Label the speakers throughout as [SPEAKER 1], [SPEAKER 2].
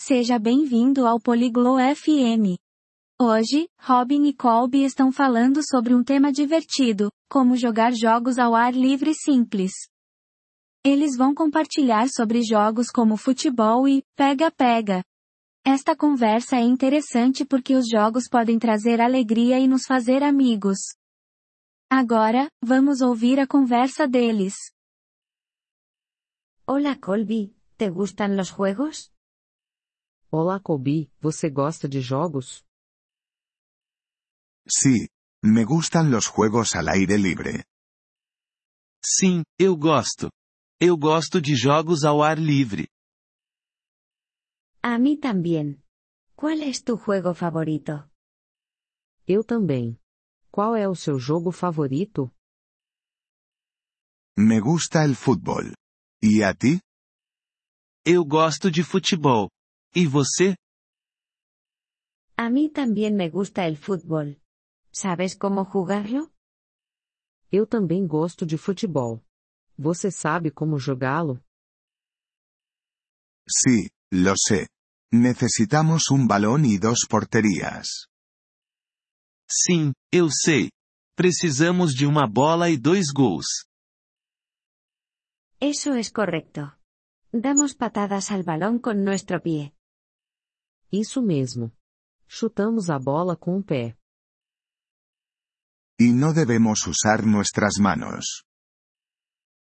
[SPEAKER 1] Seja bem-vindo ao Poliglo FM. Hoje, Robin e Colby estão falando sobre um tema divertido, como jogar jogos ao ar livre simples. Eles vão compartilhar sobre jogos como futebol e pega-pega. Esta conversa é interessante porque os jogos podem trazer alegria e nos fazer amigos. Agora, vamos ouvir a conversa deles.
[SPEAKER 2] Hola Colby, ¿te gustan los juegos?
[SPEAKER 3] Olá, Colby, você gosta de jogos?
[SPEAKER 4] Sí, me gustan los juegos al aire libre.
[SPEAKER 5] Sim, eu gosto. Eu gosto de jogos ao ar livre.
[SPEAKER 2] A mí también. ¿Cuál es tu juego favorito?
[SPEAKER 3] Eu também. Qual é o seu jogo favorito?
[SPEAKER 4] Me gusta el fútbol. ¿Y a ti?
[SPEAKER 5] Eu gosto de futebol. E você?
[SPEAKER 2] A mí también me gusta el fútbol. ¿Sabes cómo jugarlo?
[SPEAKER 3] Eu também gosto de futebol. Você sabe como jogá-lo?
[SPEAKER 4] Sí, lo sé. Necesitamos un balón y dos porterías.
[SPEAKER 5] Sim, eu sei. Precisamos de uma bola e dois gols.
[SPEAKER 2] Eso es correcto. Damos patadas al balón con nuestro pie.
[SPEAKER 3] Isso mesmo. Chutamos a bola com o pé.
[SPEAKER 4] Y no debemos usar nuestras manos.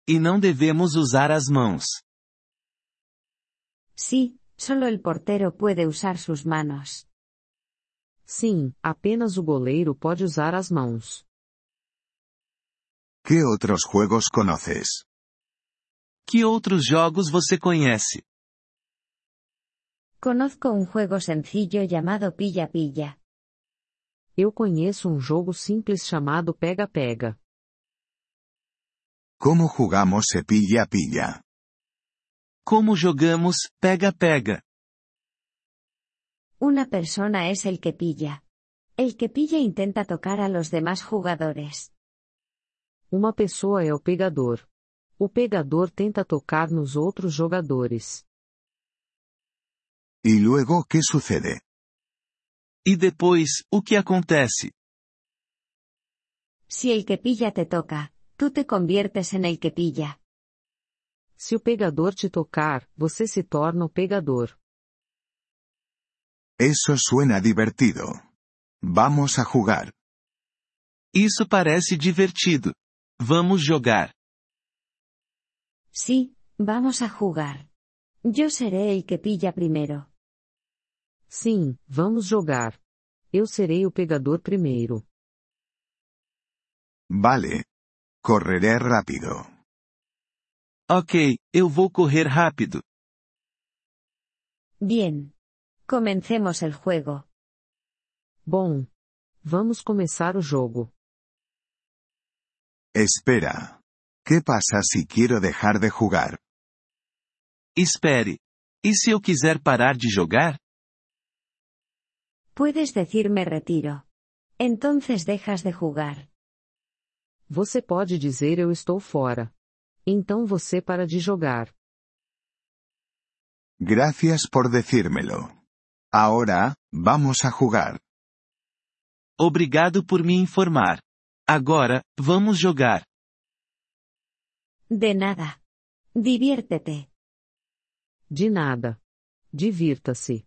[SPEAKER 5] E não devemos usar as mãos.
[SPEAKER 2] Sí, solo el portero puede usar sus manos.
[SPEAKER 3] Sim, apenas o goleiro pode usar as mãos.
[SPEAKER 4] ¿Qué otros juegos conoces?
[SPEAKER 5] Que outros jogos você conhece?
[SPEAKER 2] Conozco un juego sencillo llamado Pilla Pilla.
[SPEAKER 3] Eu conheço um jogo simples chamado Pega-Pega.
[SPEAKER 4] ¿Cómo jugamos se pilla a pilla?
[SPEAKER 5] Como jogamos, pega-pega.
[SPEAKER 2] Una persona es el que pilla. El que pilla intenta tocar a los demás jugadores.
[SPEAKER 3] Uma pessoa é o pegador. O pegador tenta tocar nos outros jogadores.
[SPEAKER 4] ¿Y luego qué sucede?
[SPEAKER 5] E depois, o que acontece?
[SPEAKER 2] Si el que pilla te toca, tú te conviertes en el que pilla.
[SPEAKER 3] Se o pegador te tocar, você se torna o pegador.
[SPEAKER 4] Eso suena divertido. Vamos a jugar.
[SPEAKER 5] Isso parece divertido. Vamos jogar.
[SPEAKER 2] Sí, vamos a jugar. Yo seré el que pilla primero.
[SPEAKER 3] Sim, vamos jogar. Eu serei o pegador primeiro.
[SPEAKER 4] Vale. Correré rápido.
[SPEAKER 5] Ok, eu vou correr rápido.
[SPEAKER 2] Bien. Comencemos el juego.
[SPEAKER 3] Bom. Vamos começar o jogo.
[SPEAKER 4] Espera. ¿Qué pasa si quiero dejar de jugar?
[SPEAKER 5] Espere. E se eu quiser parar de jogar?
[SPEAKER 2] Puedes decirme retiro. Entonces dejas de jugar.
[SPEAKER 3] Você pode dizer eu estou fora. Então você para de jogar.
[SPEAKER 4] Gracias por decírmelo. Ahora, vamos a jugar.
[SPEAKER 5] Obrigado por me informar. Agora, vamos jogar.
[SPEAKER 2] De nada. Diviértete.
[SPEAKER 3] De nada. Divirta-se.